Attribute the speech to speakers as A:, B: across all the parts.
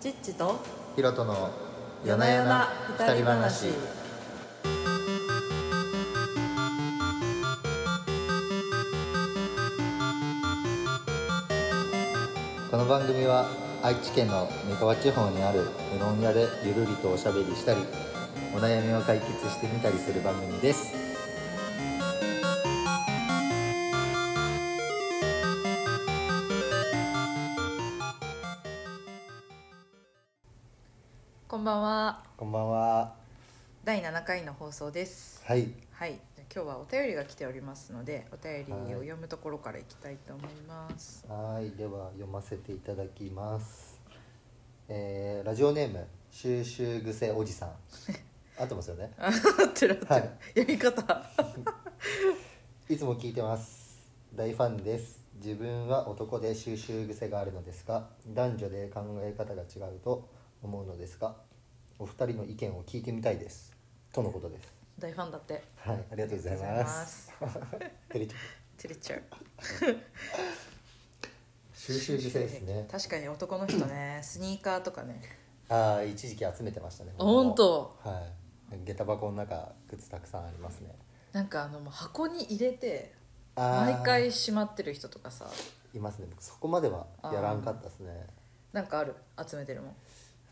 A: チッチと
B: ヒロトの
A: 夜な夜な二人話
B: この番組は愛知県の三河地方にあるうどん屋でゆるりとおしゃべりしたりお悩みを解決してみたりする番組です
A: こんばんは
B: こんばんは
A: 第7回の放送です
B: はい
A: はい今日はお便りが来ておりますのでお便りを読むところからいきたいと思います
B: はいでは読ませていただきますえーラジオネーム収集癖おじ さん合ってますよね
A: あ合ってる合って
B: は
A: る、読み方
B: いつも聞いてます大ファンです自分は男で収集癖があるのですが男女で考え方が違うと思うのですがお二人の意見を聞いてみたいですとのことです
A: 大ファンだって
B: はいありがとうござい
A: ありがとうござい
B: ま
A: ます
B: てれちゃう
A: 照れちゃう
B: 収集癖ですね
A: 確かに男の人 ねスニーカーとかね
B: ああ一時期集めてましたね
A: あほんと
B: 僕もはい下駄箱の中靴たくさんありますね
A: なんかあのもう箱に入れて
B: あー
A: 毎回しまってる人とかさ
B: いますね僕そこまではやらんかったですね
A: なんかある集めてるもん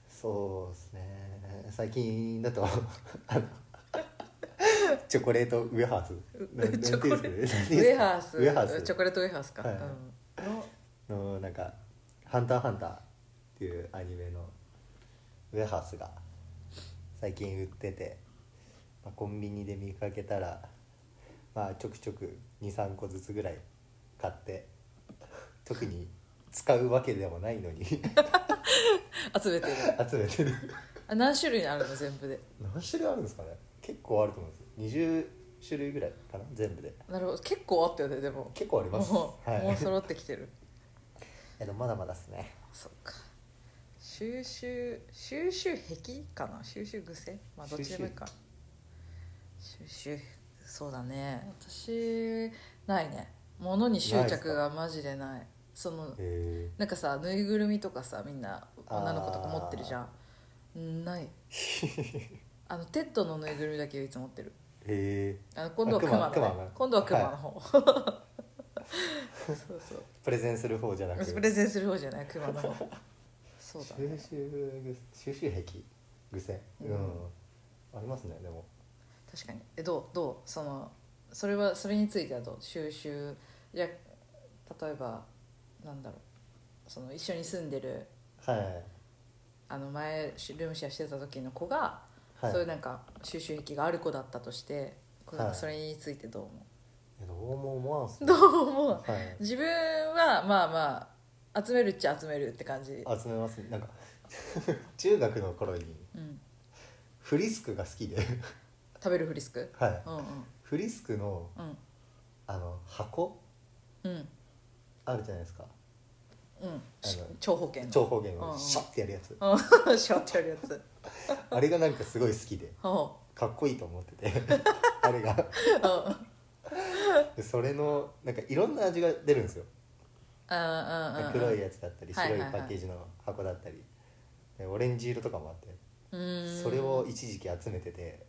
B: そうですね最近だとあのチョコレートウェハースななんて
A: チョコレ
B: いう
A: ー
B: んですか
A: ウ
B: ね
A: ェハース
B: ウェハー
A: チョ
B: ス
A: コレートウェハースか、
B: はい
A: うん、の
B: のなんか「ハンターハンター」っていうアニメのウェハースが最近売ってて、まあ、コンビニで見かけたらまあちょくちょく23個ずつぐらい買って特に使うわけでもないのに 集
A: 集めてる
B: めてる
A: あ何種類あるの全部で
B: 何種類あるんですかね結構あると思うんです20種類ぐらいかな全部で
A: なるほど結構あったよねでも
B: 結構あります
A: もう,、
B: はい
A: もう揃ってきてる
B: えっとまだまだですね
A: そっか収集収集癖かな収集癖まあどっちでもいいか収集そうだね私ないね物に執着がマジでないその
B: へ
A: なんかさぬいぐるみとかさみんな女の子とか持ってるじゃんない あのテッドのぬいぐるみだけいつも持ってる
B: えへえ
A: あの今度はクマの、
B: クマ
A: ね
B: クマの
A: 今度はクマの方、 そうそう
B: プレゼンする方じゃなく
A: プレゼンする方じゃない熊の方そうだね
B: 収集癖収集癖癖うん、
A: うん
B: ありますねでも
A: 確かにえどうどうそのそれはそれについてはどう収集じゃ例えばなんだろうその一緒に住んでる
B: はい
A: あの前ルームシェアしてた時の子が、
B: はい
A: そういうなんか収集癖がある子だったとしてこうなん
B: は
A: か
B: い
A: それについてどう思
B: えどうも思わんっす
A: う、
B: ね
A: どう思う
B: はい
A: 自分はまあまあ集めるっちゃ集めるって感じ、
B: 集めますなんか 中学の頃に
A: うん、
B: フリスクが好きで
A: 食べるフリスク
B: はい
A: うんうん
B: フリスクの
A: うん
B: あの箱
A: うん
B: あるじゃないですか
A: うん
B: あの
A: 長方形の
B: 長方形
A: うんう
B: の
A: ん
B: シャッてやるやつ
A: うんしょってやるやつ
B: あれがなんかすごい好きで
A: うん
B: かっこいいと思って てあれが
A: うん
B: でそれのなんかいろんな味が出るんですよ
A: うんうんうん
B: 黒いやつだったり
A: はい
B: 白
A: はいは
B: いパ
A: い
B: ッケージの箱だったりでオレンジ色とかもあって
A: うーん
B: それを一時期集めてて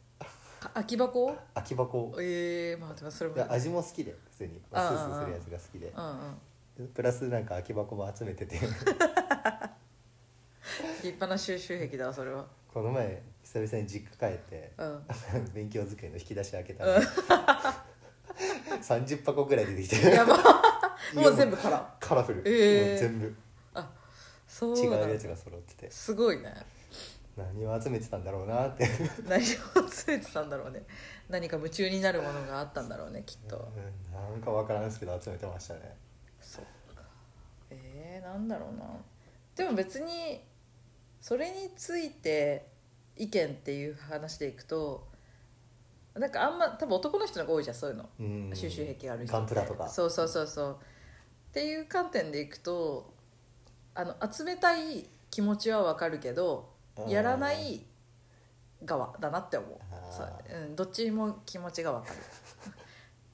A: か空き箱
B: 空き箱
A: ええまあでもそれも
B: で味も好きで普通にス
A: うんうんうん
B: ースーするやつが好きで
A: うんうん
B: プラスなんか空き箱も集め てて
A: 立派な収集癖だわそれは
B: この前久々に実家帰って
A: うん
B: 勉強机の引き出し開けたら 30箱ぐらい出てきて
A: やば
B: や
A: もう全部から
B: カラフル、
A: えー
B: もう全部
A: そう
B: 違
A: なん
B: う
A: だ
B: やつが揃ってて
A: すごいね
B: 何を集めてたんだろうなって
A: 何をついてたんだろうね何か夢中になるものがあったんだろうねきっと
B: うんなんかわからんですけど集めてましたね
A: そっかえー、なんだろうなでも別にそれについて意見っていう話でいくとなんかあんま多分男の人の方が多いじゃんそういうの
B: うん
A: 収集癖ある人
B: ガンプラとか
A: そうそうそうそうっていう観点でいくとあの集めたい気持ちはわかるけど
B: うん
A: やらない側だなって思う
B: あー
A: そう、うん、どっちも気持ちがわかる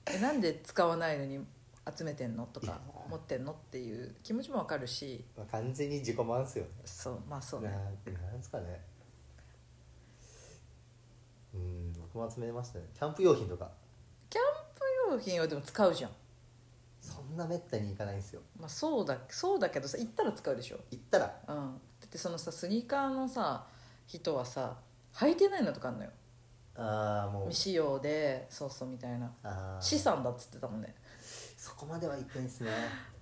A: えなんで使わないのに集めてんのと
B: い
A: か
B: や
A: 持ってんのっていう気持ちもわかるし
B: まあ、完全に自己満っすよね
A: そうまあそう
B: な
A: ね
B: なんですかねうん僕も集めましたねキャンプ用品とか
A: キャンプ用品はでも使うじゃん
B: そんなめったに行かないんですよ
A: まあそうだそうだけどさ行ったら使うでしょ
B: 行ったら
A: うんだってそのさスニーカーのさ人はさ履いてないのとかあんのよ
B: ああもう
A: 未使用でそうそうみたいな
B: あー
A: 資産だっつってたもんね、
B: そこまでは行ってないですね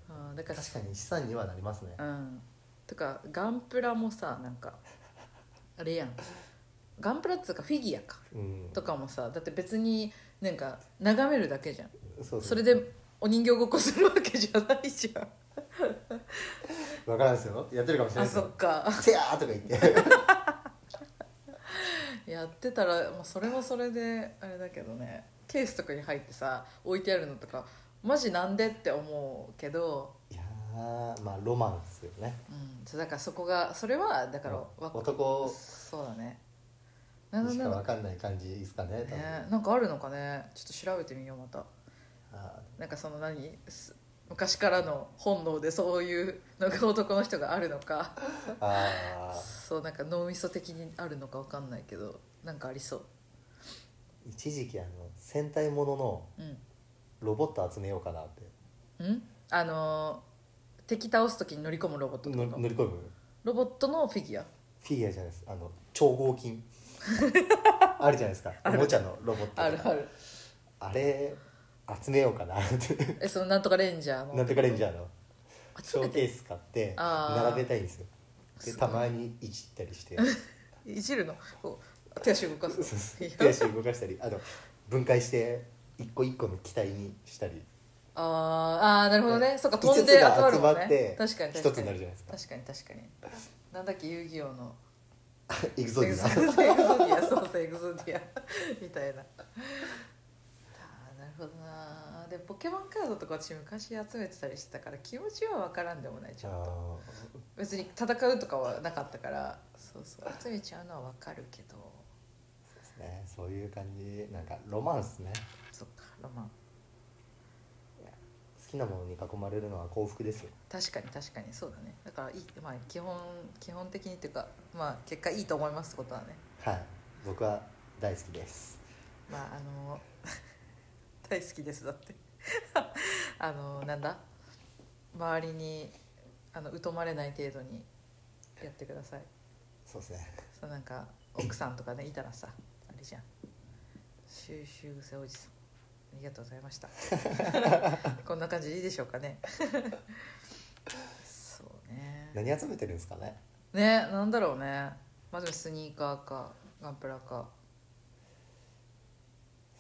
A: うん、だから
B: 確かに資産にはなりますね
A: うんとかガンプラもさなんかあれやんガンプラっつうかフィギュアか
B: うん
A: とかもさだって別になんか眺めるだけじゃん
B: そう
A: それでお人形ごっこするわけじゃないじゃん
B: 分からんですよやってるかもしれな
A: あ
B: いです
A: そ
B: よ
A: っか
B: せやーとか言って
A: やってたらもうそれはそれであれだけどねケースとかに入ってさ置いてあるのとかマジなんでって思うけど、
B: いやーまあロマンですよね
A: うん、そうだからそこがそれはだからわ
B: 男
A: そうだねなんだ
B: しか
A: なんだ
B: 分かんない感じですかね多分
A: ね、なんかあるのかねちょっと調べてみようまた
B: あ
A: なんかその何す昔からの本能でそういうのが男の人があるのか
B: ーあー
A: そうなんか脳みそ的にあるのかわかんないけどなんかありそう
B: 一時期あの戦隊ものの
A: うん
B: ロボット集めようかなって
A: うんあのー敵倒す時に乗り込むロボットって
B: の
A: こと
B: 乗り込む
A: ロボットのフィギュア
B: フィギュアじゃないですあの超 合金あるじゃないですかおもちゃのロボットとか
A: あるある
B: あれ集めようかな って
A: えそのなんとかレンジャーの
B: なんとかレンジャーのシ
A: 集
B: ョ
A: め
B: ーケー
A: て
B: ス買って
A: あー
B: 並べたいんですよです
A: ご
B: た
A: い
B: まにいじったりして
A: いじるのこう手足動か
B: そう
A: す
B: そ
A: の
B: う
A: いや
B: 手足動かしたりあの分解して一個一個の機体にしたり
A: あーあーなるほどね
B: ね
A: そっか飛んで
B: 五つ
A: 集
B: が
A: まるもん
B: 集ま
A: ね
B: って
A: 確かに確かに
B: 一つになるじゃないですか
A: 確かに確かになんだっけ遊戯王の
B: エグゾディ
A: エグ
B: ナ
A: ゾディアそうそうエグゾディアみたいなあーなるほどなでポケモンカードとか私昔集めてたりしてたから気持ちは分からんでもないちゃん
B: あ
A: と
B: ー
A: 別に戦うとかはなかったからそうそう集めちゃうのは分かるけど
B: ね、そういう感じなんかロマンスね
A: そっかロマン
B: 好きなものに囲まれるのは幸福ですよ
A: 確かに確かにそうだねだからいい、まあ、基本基本的にっていうかまあ結果いいと思いますってことはね
B: はい僕は大好きです
A: まああの大好きですだってあのなんだ周りにあの疎まれない程度にやってください
B: そうですね
A: そうなんか奥さんとかねいたらさあれじゃん収集癖おじさんありがとうございました こんな感じでいいでしょうかねそうね
B: 何集めてるんですかね
A: ねなんだろうねまずスニーカーかガンプラか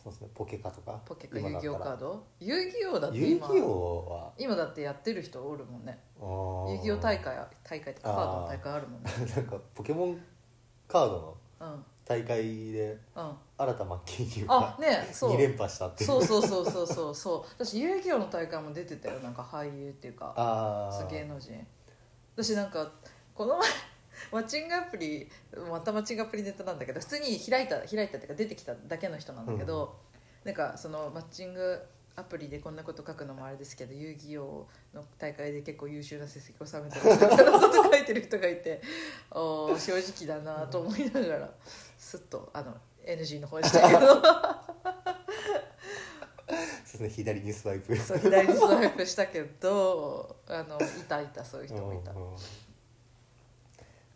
B: そうですねポケカとか
A: ポケか遊
B: 今だっ
A: 戯
B: た
A: 王
B: ら
A: カード遊戯王だって
B: 遊
A: 今
B: 戯王は
A: 今だってやってる人おるもんね
B: あー
A: 遊戯王大会大会とかカードの大会あるもんね
B: なんかポケモンカードの
A: うんうん
B: 大会で 新田真剣佑
A: あ
B: が
A: ねそ
B: 2
A: う
B: 連覇したっていう
A: そうそうそうそうそうそう私遊戯王の大会も出てたよなんか俳優っていうか
B: ああ
A: そう芸能人私なんかこの前 マッチングアプリまたマッチングアプリネタなんだけど普通に開いた開いたっていうか出てきただけの人なんだけど、なんかそのマッチングアプリでこんなこと書くのもあれですけど遊戯王の大会で結構優秀な成績を収めてる人みたいなこと書いてる人がいて おー正直だなと思いながらすっとあの NG の方でしたけど
B: そうですね左にスワイプ
A: そう左にスワイプしたけどあのいたいたそういう人もいた
B: うんうん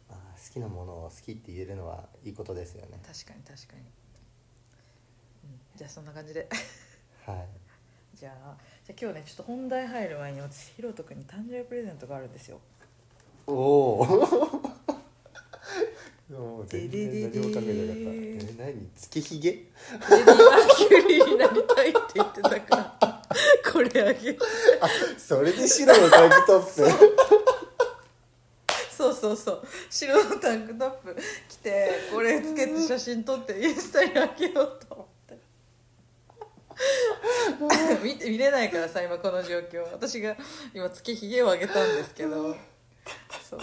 B: まあ好きなものを好きって言えるのはいいことですよね
A: 確かに確かに、うん、じゃあそんな感じで
B: はい
A: じゃあじゃあ今日ねちょっと本題入る前に私ひろとくんに誕生日プレゼントがあるんです よ
B: おお
A: ででで
B: 全然何も考えなかったえ何つけ ひげ
A: フレディ・マーキュリーになりたいって言ってたからこれあげる
B: それで白のタンクトップ
A: そうそうそう白のタンクトップ着てこれつけて写真撮ってインスタにあげようと思って 見て見れないからさ今この状 況私が今つけひげをあげたんですけどそうっ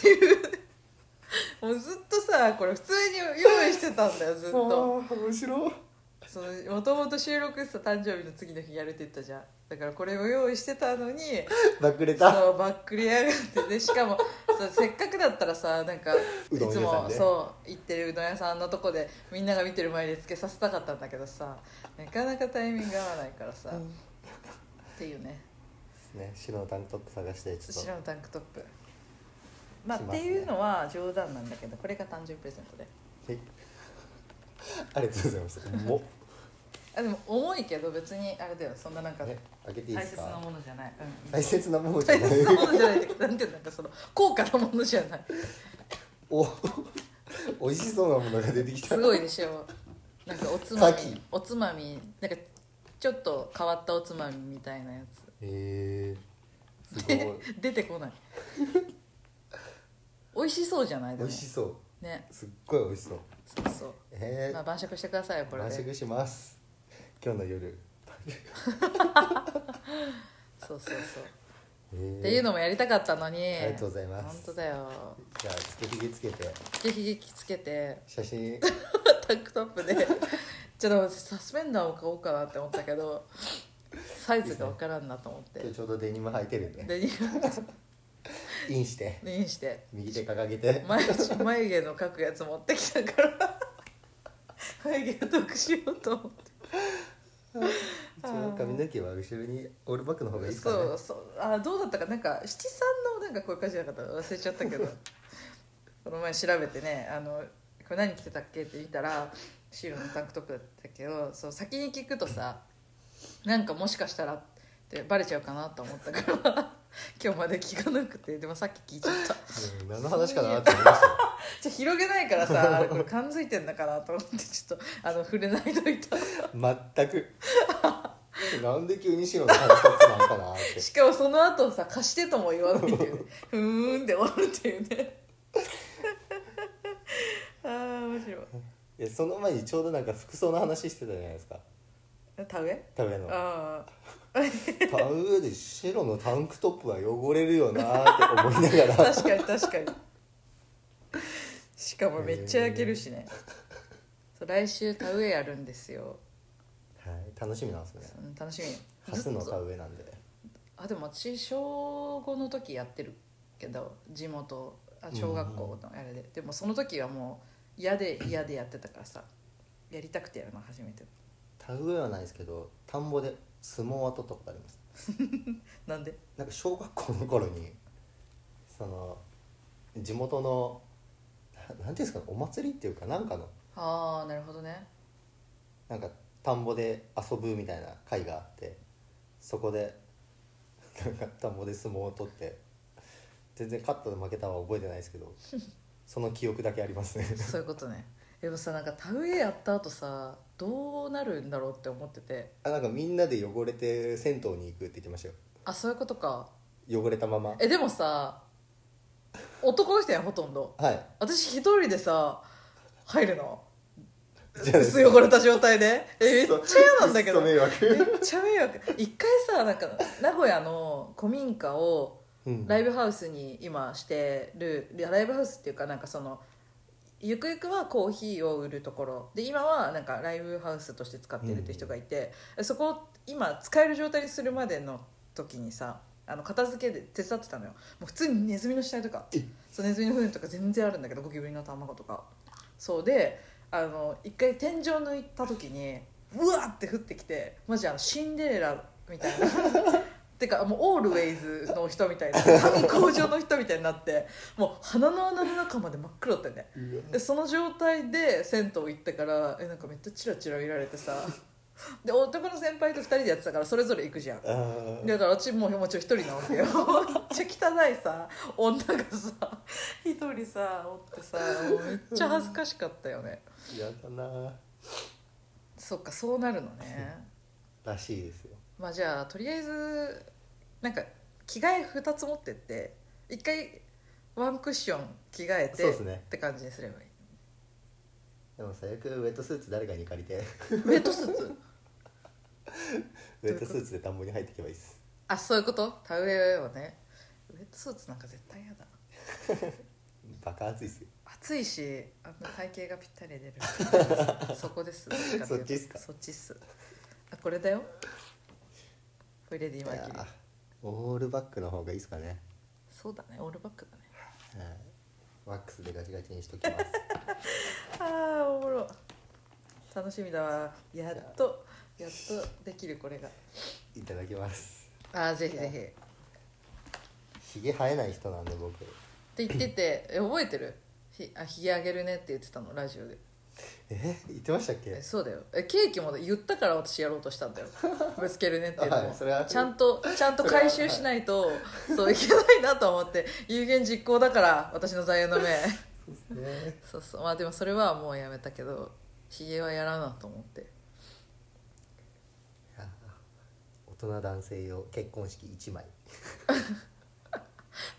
A: ていうもうずっとさこれ普通に用意してたんだよずっ
B: あ
A: と
B: ー面白い
A: もともと収録さ誕生日の次の日やるって言ったじゃんだからこれを用意してたのに
B: 爆れた
A: そうばっくりやがってでしかもそうせっかくだったらさなんか
B: うどん屋さんで
A: いつもそう行ってるうどん屋さんのとこでみんなが見てる前でつけさせたかったんだけどさなかなかタイミング合わないからさ、
B: うん
A: っていうね
B: ね白のタンクトップ探してちょっ
A: 後
B: と
A: ろのタンクトップまあ
B: し
A: っ
B: ます
A: て
B: ね
A: いうのは冗談なんだけどこれが誕生日プレゼントで
B: はいありがとうございますも
A: あでも重いけど別にあれだよそんななんか
B: ね開けていいで
A: 大
B: す
A: 切な
B: か
A: ものじゃない、うん
B: 大切なものじゃ
A: 大
B: ない
A: 切なものじゃないってなんていうのなんかその高価なものじゃない
B: お美味しそうなものが出てきた
A: すごいでしょなんかおつまみ
B: 牡蠣
A: おつまみなんかちょっと変わったおつまみみたいなや
B: えー、す
A: つ
B: ごい
A: で 出てこない美味しそうじゃないで
B: 美
A: も
B: 味しそう
A: ね
B: すっごい美味しそう
A: そうそう、
B: え
A: まあ、晩酌してくださいよ
B: ー、
A: これ
B: 晩
A: で
B: 酌します今日 の夜
A: そうそうそう
B: えー、
A: っていうのもやりたかったのに
B: ありがとうございます
A: 本当だよ
B: じゃあつけひげつけて
A: ぜひ引きつけて
B: 写真
A: タンクトップでちょっとサスペンダーを買おうかなって思ったけどサイズがわからんなと思って
B: 今日ちょうどデニム履いてるん で
A: でイ
B: インして
A: ンインして
B: 右手掲げて
A: 毎日眉毛の描くやつ持ってきたから眉毛を得しようと思っ
B: 一応髪の毛は後ろにオールバックの方がい
A: て
B: いですかね
A: そうそうあどうだったかなんか七三のなんかこういう感じじゃなかった忘れちゃったけどこの前調べてねあのこれ何着てたっけって見たら白のタンクトップだったけどそう先に聞くとさなんかもしかしたらってバレちゃうかなと思ったから今日まで聞かなくてでもさっき聞いちゃった
B: うん何の話かなって思いましたよ
A: じゃあ広げないからさあれこれ感づいてんだからと思ってちょっとあの触れないといた
B: 全くなんで急に白の髪の毛なんかなって
A: しかもその後さ貸してとも言わないっていう ねふーんって終わるっていうね あー面白い
B: いやその前にちょうどなんか服装の話してたじゃないですか
A: 田植え
B: 田植えの
A: ああ
B: 田植えで白のタンクトップは汚れるよなーって思いな がら
A: 確かに確かにしかもめっちゃ焼けるしね、そう来週田植えやるんですよ
B: はい楽しみなんですね
A: うん楽しみ
B: 初の田植えなんで
A: あでも私小5の時やってるけど地元あ小学校のあれで、でもその時はもう嫌で嫌でやってたからさやりたくてやるの初めて
B: 田植えはないですけど田んぼで相撲跡とかあります
A: なんで
B: なんか小学校の頃にその地元のななんていうんですかお祭りっていうかなんかの
A: ああなるほどね
B: なんか田んぼで遊ぶみたいな会があってそこで なんか田んぼで相撲を取って全然勝った負けたは覚えてないで すけどその記憶だけありますね
A: そういうことね でもさなんか田植えやった後さどうなるんだろうって思ってて
B: あなんかみんなで汚れて銭湯に行くって言ってましたよ
A: あそういうことか
B: 汚れたままはい
A: えでもさ男の人やんほとんど私一人でさ入るの
B: じゃあ
A: 薄汚れた状態でえめっちゃ嫌なんだけど
B: くっそ迷
A: めっ
B: 惑
A: ちゃ迷惑一回さなんか名古屋の古民家を
B: うん
A: ライブハウスに今してるライブハウスっていうかなんかそのゆくゆくはコーヒーを売るところで今はなんかライブハウスとして使ってるって人がいて、そこを今使える状態にするまでの時にさあの片付けで手伝ってたのよもう普通にネズミの死体とか
B: え
A: そうネズミの糞とか全然あるんだけどゴキブリの卵とかそうであの一回天井抜いた時にうわーって降ってきてマジあのシンデレラみたいなてかもうオールウェイズの人みたいな工場の人みたいになってもう鼻の穴の中まで真っ黒だったよね
B: うわ
A: でその状態で銭湯行ったからえなんかめっちゃチラチラ見られて さで男の先輩と2人でやってたからそれぞれ行くじゃん
B: あー
A: だから私もうもちろん一人なわけよめっちゃ汚いさ女がさ一人さおってさもうめっちゃ恥ずかしかったよね
B: 嫌だな
A: そっかそうなるのね
B: らしいですよ
A: まあじゃあとりあえずなんか着替え2つ持ってって一回ワンクッション着替えて
B: そうですね
A: って感じにすればいい
B: でも最悪ウェットスーツ誰かに借りて
A: ウェットスーツ
B: ウェットスーツで田んぼに入っていけばいいです
A: あそういうこと田植えをねウェットスーツなんか絶対嫌だ
B: バカ暑いっすよ
A: 暑いしあの体型がぴったり出る そこです
B: そっちっすか
A: そっちっすあこれだよフレディ・マーキュリー
B: やーオールバックの方がいいですかね、
A: そうだねオールバックだね
B: うん、ワックスでガチガチにしとき ます
A: あーおもろ楽しみだわやっとやっとできるこれが
B: いただきます
A: あーぜひぜひっ
B: ひげ生えない人なんで僕
A: て言っててえ覚えてるひあひげあげるねって言ってたのラジオで
B: え言ってましたっけ
A: えそうだよえケーキも言ったから私やろうとしたんだ よぶつけるねっていうの
B: は
A: も
B: いそれは
A: ちゃんとちゃんと回収しないとそういけないなと思って有言実行だから私の座右の銘
B: そうですね
A: そうそうまあでもそれはもうやめたけどひげはやらなと思って
B: いや大人男性用結婚式1枚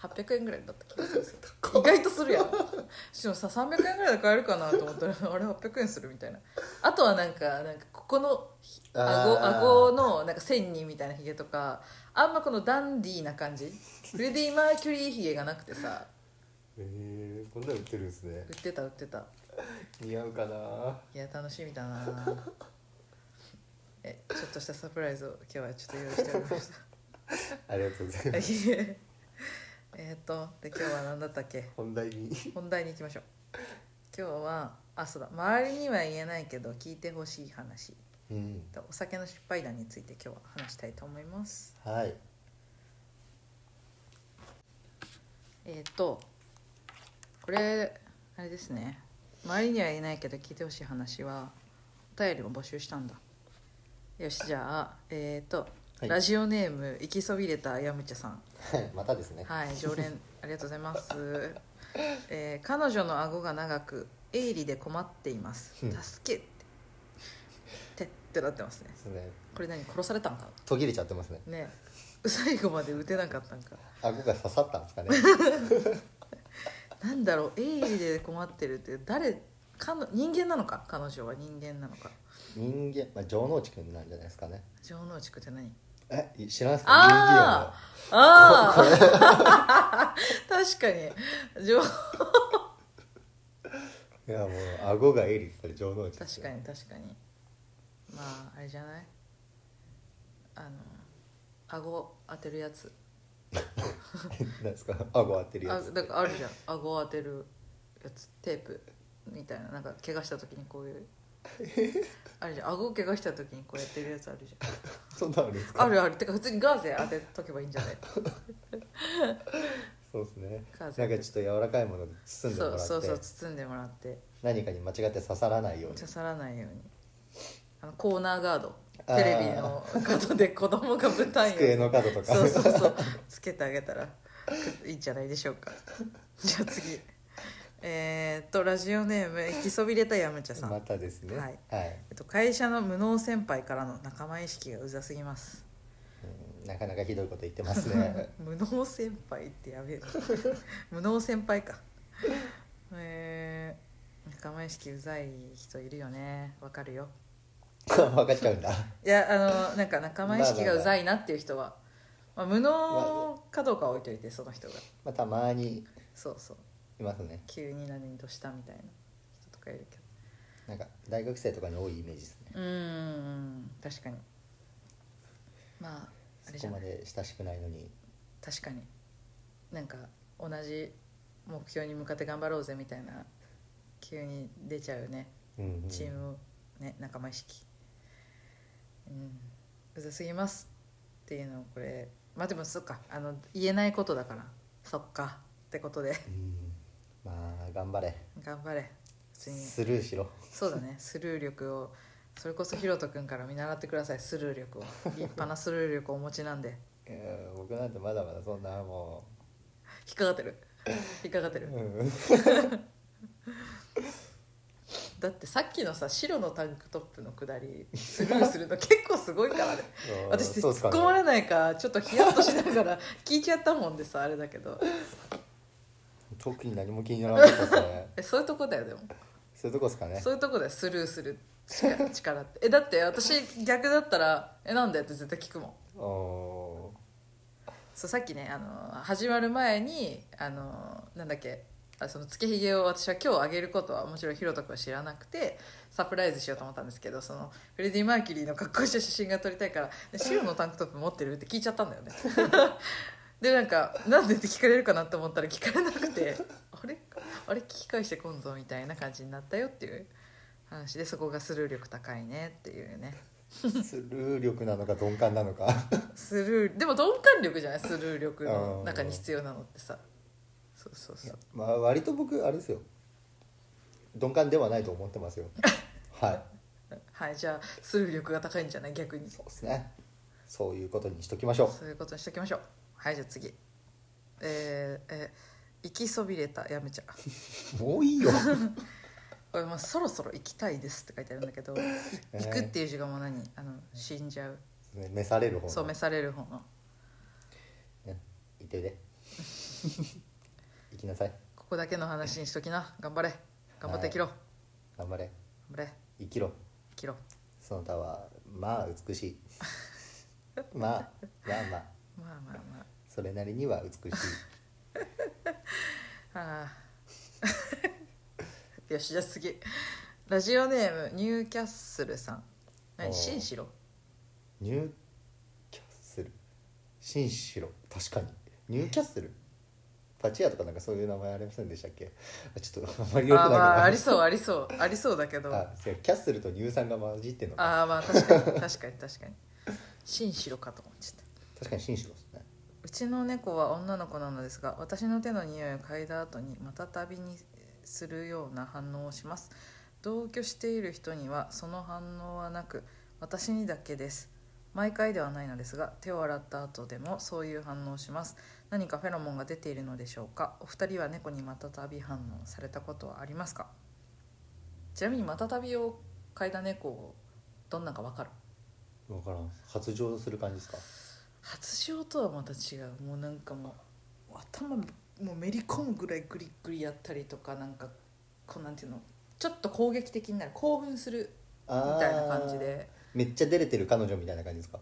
A: 800円ぐらいだった気がするんですよ意外とするやんしかもさ300円ぐらいで買えるかなと思ったらあれ800円するみたいなあとはなんかなんかここのひ顎
B: あー
A: 顎のなんか線にみたいなひげとかあんまこのダンディーな感じフレディ・マーキュリーひげがなくてさ
B: へえこんなの売ってるんですね
A: 売ってた売ってた
B: 似合うかない
A: や楽しみだなえちょっとしたサプライズを今日はちょっと用意しておりました
B: ありがとうございます
A: いえ えっとで今日は何だったっけ
B: 本題に
A: 本題に行きましょう今日はあそうだ周りには言えないけど聞いてほしい話
B: うん
A: とお酒の失敗談について今日は話したいと思います
B: はい
A: えっ、とこれあれですね周りには言えないけど聞いてほしい話はお便りも募集したんだよしじゃあえっ、と、
B: はい
A: ラジオネーム行きそびれたやむちゃさん
B: はいまたですね
A: はい、常 連ありがとうございます。えー彼女の顎が長く鋭利で困っています。
B: うん
A: 助けて。てってなってますね
B: で。すね
A: これ何殺されたんか。
B: 途切れちゃってますね
A: ねえ。最後まで打てなかったんか。
B: 顎が刺さったんですか ね
A: なんだろう鋭利で困ってるって誰かの人間なのか彼女は人間なのか。
B: 人間、まあ、城之内くんなんじゃないですかね
A: 城之内くんって何？
B: え知らないですか
A: ああああ確かに城
B: 人間をいやもう顎がエリって城之内です
A: 確
B: よ
A: かに確かにまああれじゃないあの顎当てるやつ
B: なんですか顎当てるや
A: あ
B: つ
A: だからあるじゃん顎当てるやつテープみたいななんか怪我した時にこういうあるじゃん顎怪我した時にこうやってるやつあるじゃん
B: そんなのあるんですか
A: あるあるてか普通にガーゼ当てとけばいいんじゃない
B: そうですね
A: ガ
B: なん
A: ー
B: か
A: ゼ
B: ちょっと柔らかいもので包んで
A: そう
B: もらって
A: そうそう包んでもらって
B: 何かに間違って刺さらないように
A: 刺さらないようにあのコーナーガード
B: あー
A: テレビの角 で子供が舞台
B: 机の角とか
A: そうそうそうつけてあげたらいいんじゃないでしょうかじゃあ次えーっとラジオネーム行きそびれたやむちゃさん、
B: またですね
A: はい、
B: はい
A: えっと、会社の無能先輩からの仲間意識がうざすぎます
B: うんなかなかひどいこと言ってますね
A: 無能先輩ってやべえな 無能先輩かえー、仲間意識うざい人いるよねわかるよ
B: 分かっちゃうんだ
A: いやあのなんか仲間意識がうざいなっていう人は、まあ、無能かどうかは置いといてその人が
B: まあたまに
A: そうそう
B: いますね
A: 急に何としたみたいな人とかいるけ
B: なんか大学生とかに多いイメージですね
A: どうーん確かにまああれじ
B: そ
A: ゃ
B: こ
A: な
B: ま
A: い
B: で親しくないのに
A: 確かになんか同じ目標に向かって頑張ろうぜみたいな急に出ちゃうね
B: うんうん
A: チーム、ね仲間意識うんうざすぎますっていうのをこれまあでもそっかあの言えないことだからそっかってことで
B: うんまあ頑張れ
A: 頑張れ普通に
B: スルーしろ
A: そうだねスルー力をそれこそひろと君から見習ってくださいスルー力を立派なスルー力をお持ちなんで
B: いや僕なんてまだまだそんなも
A: 引っかかってる引っかかって
B: う、
A: る
B: うん、
A: だってさっきのさ白のタンクトップのくだりスルーするの結構すごいからね私
B: そ
A: 突
B: うっすか
A: っ
B: ね
A: 込まれないかちょっとヒヤッとしながら 聞いちゃったもんでさあれだけど
B: 特に何も気にならなかったです ね
A: えそういうとこだよでも
B: そういうとこですかね
A: そういうとこだよスルーする力力ってえだって私逆だったら「えなんだよ」って絶対聞くもん
B: お
A: そうさっきねあの始まる前にあのなんだっけあそのつけひげを私は今日あげることはもちろんひろとくんは知らなくてサプライズしようと思ったんですけどそのフレディ・マーキュリーの格好した写真が撮りたいから「で白のタンクトップ持ってる?」って聞いちゃったんだよねでなんか「なんで?」って聞かれるかなと思ったら聞かれなくて「あれあれ聞き返してこんぞ」みたいな感じになったよっていう話でそこがスルー力高いねっていうね
B: スルー力なのか鈍感なのか
A: スルーでも鈍感力じゃないスルー力の中に必要なのってさそうそう
B: い
A: そ
B: や
A: う
B: まあ割と僕あれですよ鈍感ではないと思って ますよはい
A: はいじゃあスルー力が高いんじゃない逆に
B: そうですねそういうことにしときましょう
A: そういうことにしときましょうはいじゃあ次えー、えー行きそびれたやめちゃう
B: もういいよ
A: これまあそろそろ行きたいです」って書いてあるんだけど「い
B: えー
A: 行く」っていう字がもう何あの死んじゃう
B: ね召される方の
A: そう召される方の
B: ね行ってお いで行きなさい
A: ここだけの話にしときな頑張れ頑張って生きろ、
B: 頑張れ
A: 頑張れ
B: 生きろ
A: 生きろ
B: その他はまあ美しい まあまあまあ
A: まあまあま
B: それなりには美 しい
A: あああ よしじゃあ次ラジオネームニューキャッスルさん
B: お
A: 何
B: う
A: しんしろ
B: ニューキャッスル紳士郎確かにニューキャッスルパチ屋とかなんかそういう名前ありませんでしたっけあちょっとあんまり
A: あ
B: よく
A: ー
B: ないけど
A: まあありそうありそうありそうだけどあ
B: あ違うキャッスルと乳酸が混じってんのか
A: あまあ確かに確かに確かにしんしろかと思っちゃった
B: 確かに紳士郎ですね
A: うちの猫は女の子なのですが私の手の匂いを嗅いだ後にまた旅にするような反応をします同居している人にはその反応はなく私にだけです毎回ではないのですが手を洗った後でもそういう反応をします何かフェロモンが出ているのでしょうかお二人は猫にまた旅反応されたことはありますかちなみにまた旅を嗅いだ猫どんなかわかる
B: 分からん発情する感じですか
A: 発情とはまた違うもうなんかもう頭もうめり込むぐらいグリグリやったりとかなんかこうなんていうのちょっと攻撃的になる興奮するみ
B: あー
A: たいな感じで
B: めっちゃ出れてる彼女みたいな感じですか
A: い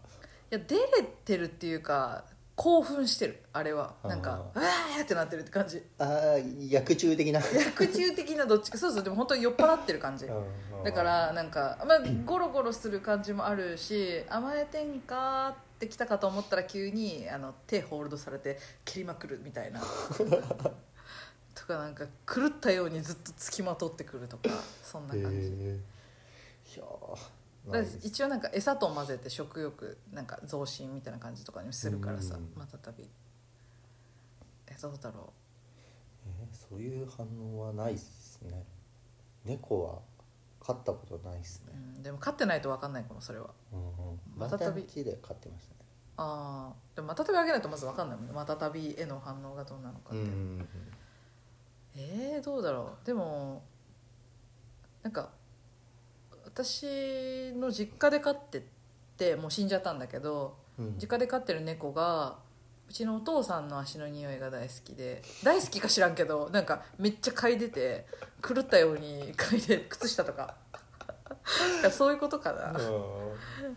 A: や出れてるっていうか興奮してるあれは
B: あー
A: なんかうわーってなってるって感じ
B: ああ薬中 的な
A: 薬中的などっちかそうそうでも本当に酔っ払ってる感じ
B: うん
A: だからなんか、まあ、ゴロゴロする感じもあるし甘えてんかってきたかと思ったら急にあの手ホールドされて蹴りまくるみた いなとかなんか狂ったようにずっとつきまとってくるとかそんな
B: へえ
A: 感じ、
B: いやー
A: だか
B: な
A: ら
B: いです
A: 一応なんか餌と混ぜて食欲なんか増進みたいな感じとかにするからさ
B: うん
A: またたびえどうだろ
B: えーそういう反応はないですね猫は飼ったことないです
A: う、
B: ね、
A: うん、でも飼ってないと分かんないかもそれは
B: うんうん、
A: ま
B: ま
A: た
B: た
A: た
B: た
A: び
B: びで飼ってましたね
A: ああでもまたたびあげないとまず分かんないもんねまたたびへの反応がどうなのかっ
B: う
A: て
B: ん
A: い
B: うん
A: う
B: う
A: のは
B: ん
A: えー、どうだろうでもなんか私の実家で飼ってってもう死んじゃったんだけど
B: うん
A: 実家で飼ってる猫がうちのお父さんの足の匂いが大好きで大好きか知らんけどなんかめっちゃ嗅いでて狂ったように嗅いで靴下とかなんかそういうことか
B: あ
A: な
B: ー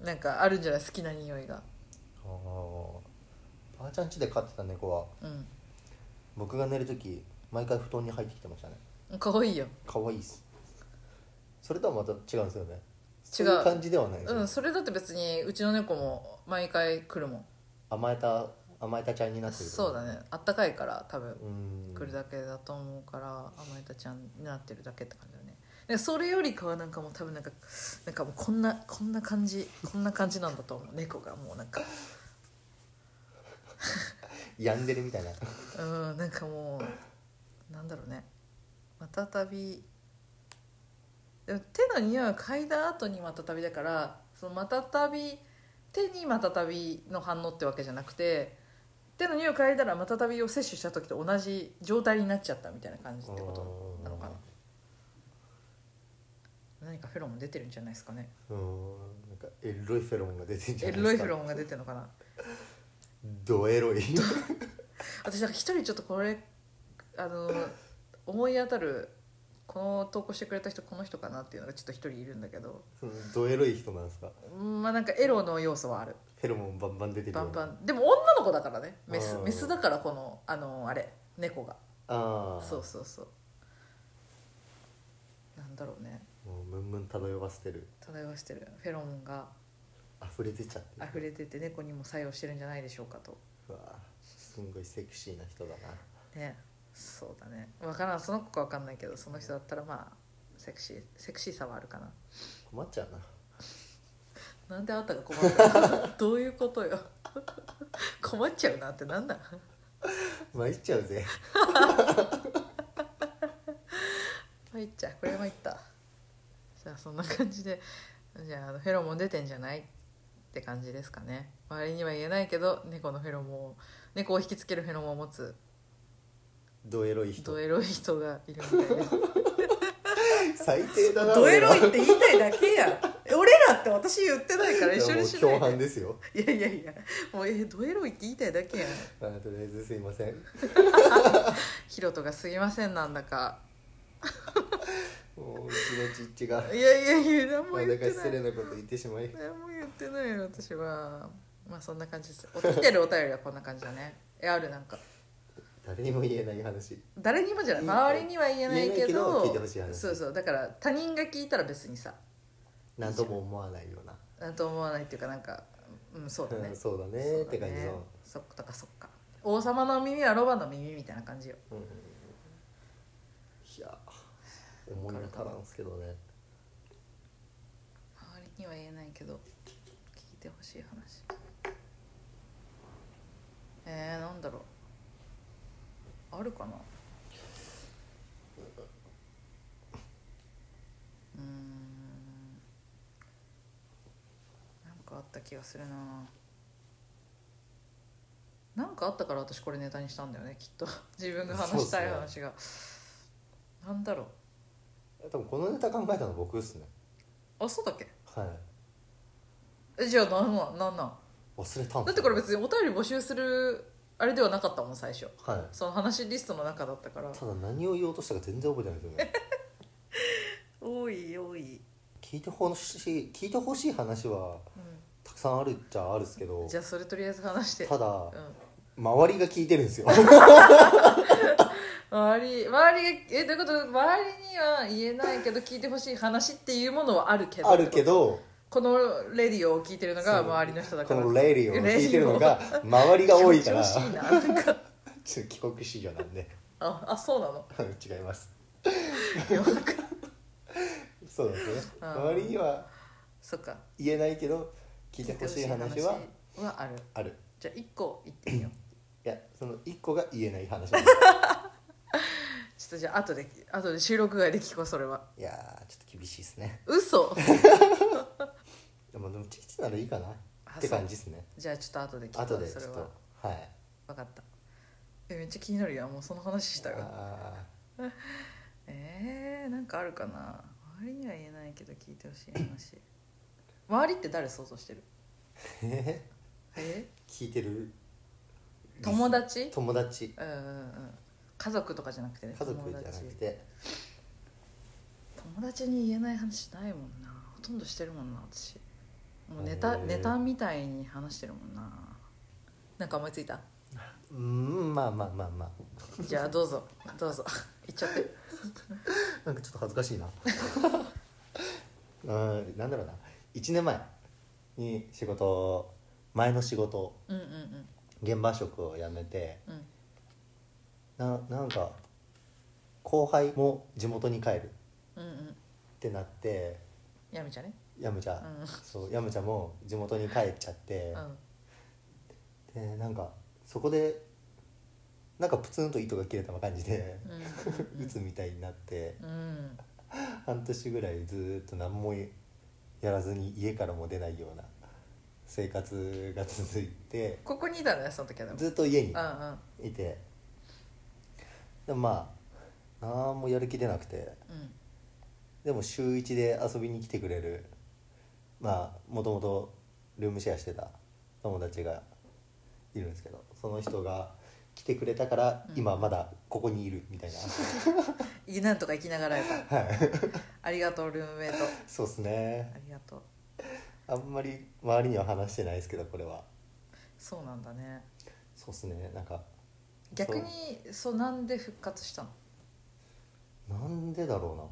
A: なんかあるんじゃない好きな匂いが
B: あーばあちゃん家で飼ってた猫は
A: う
B: 僕が寝る時毎回布団に入ってきてましたね
A: んかわいいよ
B: 可愛いっすそれとはまた違うんですよね
A: 違
B: そうういう感じではないです
A: う
B: ね、
A: んそれだって別にうちの猫も毎回来るもん
B: 甘えた甘えたちゃんになってる
A: そうだねあったかいから多分
B: うん
A: 来るだけだと思うから甘えたちゃんになってるだけって感じだねでそれよりかはなんかもう多分なんかなんかもうこんなこんな感じこんな感じなんだと思う猫がもうなんか
B: 病んでるみたいな
A: うんなんかもうなんだろうねまたたびでも手の匂いを嗅いだ後にまたたびだからそのまたたび手にまたたびの反応ってわけじゃなくて手の匂いを嗅いだらまたたびを摂取した時と同じ状態になっちゃったみたいな感じってことなのかな何かフェロモン出てるんじゃないですかね
B: うーんなんかエロいフェロモンが出てんじゃ
A: エ
B: な
A: ロ
B: いですか
A: いフェロモンが出てるのかな
B: ドエロい
A: 私なんか一人ちょっとこれあの思い当たるこの投稿してくれた人この人かなっていうのがちょっと一人いるんだけど
B: そのドエロい人なんですか
A: うんまあなんかエロの要素はある
B: フェロモンバンバン出てる
A: バ
B: よう
A: ンバ
B: な
A: ンでも女の子だからねメス
B: うん
A: メスだからこのあのあれ猫が
B: ああ
A: そうそうそうなんだろうね
B: もうムンムン漂わせてる
A: 漂わしてるフェロモンが
B: 溢れ出ちゃってる
A: 溢れてて猫にも作用してるんじゃないでしょうかと
B: うわすんごいセクシーな人だな
A: ねそうだね分からんその子か分かんないけどその人だったらまあセクシーセクシーさはあるかな
B: 困っちゃうな
A: なんであんたが困るのどういうことよ困っちゃうなってなんだ
B: 参っちゃうぜ
A: 参っちゃうこれ参ったさあそんな感じでじゃああのフェロモン出てんじゃないって感じですかね周りには言えないけど猫のフェロモンを猫を引きつけるフェロモンを持つ
B: ドエロい人
A: ドエロい人がいるみたいです
B: 最低だな
A: ドエロ
B: 俺
A: い
B: は
A: って言いたいだけやん俺らって私言ってないから一緒にし
B: い
A: な
B: やもう
A: い
B: 共犯ですよ
A: で いやいやいやもうえドエロいって言いたいだけ やん
B: あとりあえずすいません
A: ヒロトがすいませんなんだか
B: もううちのちっちが
A: いやいやいや何も
B: な
A: 言っ
B: んだか
A: て
B: 失
A: ない
B: 礼なこと言ってしまい
A: 何も言ってないよ私はまあそんな感じですお来てるお便りはこんな感じだね えあるなんか
B: 誰にも言えない話
A: 誰にもじゃない周りには言えないけど
B: 言えないけど聞いてほしい話
A: そうそうだから他人が聞いたら別にさ
B: 何とも思わないような
A: なんとも思わないっていうかなんかうんそうだね、
B: うんそうだね
A: そうだね
B: って感じの、
A: そっかそっか王様の耳はロバの耳みたいな感じよ
B: うん、い や思い当たらんすけどね
A: 周りには言えないけど聞いてほしい話えー、なんだろうあるかなうーんなんかあった気がするななんかあったから私これネタにしたんだよねきっと自分が話したい話が、なんだろう
B: 多分このネタ考えたの僕っすね
A: あそうだっけ
B: はい
A: えじゃあなんなんなんなん
B: 忘れたん
A: だってこれ別にお便り募集するあれではなかったもん最初
B: は
A: その話リストの中だったから
B: いただ何を言おうとしたか全然覚えてないですよね
A: 多い多い、
B: 聞いてほしい聞いてほしい話は
A: う
B: たくさんあるっちゃあるっすけど
A: ん、じゃあそれとりあえず話して、
B: た
A: う
B: だ
A: ん、
B: 周りが聞いてるんですよ
A: 周り周りがえどういうこと周りには言えないけど聞いてほしい話っていうものはあるけど
B: あるけど
A: このレディオを聞いてるのが
B: そう
A: 周りの人だ
B: こ
A: から
B: のレイリーを聞いてるの
A: レ
B: が周りが多いから
A: 気持ち悪いななんか
B: ちょっと帰国子女なんで
A: ああそうなの
B: 違い ます
A: いやなんか
B: そうなんですね
A: うん
B: 周りには
A: そっか
B: 言えないけど聞いてほしい
A: 聞い
B: 話
A: てほ
B: は
A: しい話はある
B: ある
A: じゃあ1個言ってみよう
B: いやその一個が言えない 話なんで
A: ちょっとじゃあ後で後で収録外で聞こうそれは
B: すいやーちょっと厳しいですね
A: 嘘
B: でもでもチキチならいいかな
A: あ
B: って感じですね
A: じゃあちょっと後で聞こう
B: 後でちょ
A: そ
B: っ
A: れ
B: と
A: は
B: はい
A: 分かったえめっちゃ気になるやんもうその話したよ
B: あ
A: えー、なんかあるかな周りには言えないけど聞いてほしい話周りって誰想像してる
B: ー え
A: え
B: ー聞いてる
A: 友達
B: 友達
A: うんうんうん家族とかじゃなくてね
B: 家族じゃなくて
A: 友達友達に言えない話ないもんなほとんどしてるもんな私もうネタ
B: へー
A: ネタみたいに話してるもんななんか思いついた
B: うーんまあまあまあまあ
A: じゃあどうぞどう ぞ言っちゃって
B: なんかちょっと恥ずかしいな うんなんだろうな1年前に仕事前の仕事
A: うんうんうん
B: 現場職を辞めて
A: うん
B: ななんか後輩も地元に帰る
A: うんうん
B: ってなって
A: やめちゃね
B: ヤムチャ、
A: うん
B: そうヤムチャも地元に帰っちゃって
A: う、ん
B: でなんかそこでなんかプツンと糸が切れた感じで、
A: う
B: 鬱みたいになって
A: んうん
B: 半年ぐらいずーっと何もやらずに家からも出ないような生活が続いて
A: ここにいたんだよその時はでも
B: ずっと家に
A: うんうん
B: いてでもまあ何もやる気出なくて
A: うん
B: でも週1で遊びに来てくれるまあもともとルームシェアしてた友達がいるんですけどその人が来てくれたから
A: うん
B: 今まだここにいるみたいな、
A: いなんとか生きながらやった
B: はい
A: ありがとうルームメイト
B: そうっす
A: あ
B: ね
A: りがとう
B: あんまり周りには話してないですけどこれは
A: そうなんだね
B: そうっすねなんか
A: 逆にそうなんで復活したの
B: なんでだろ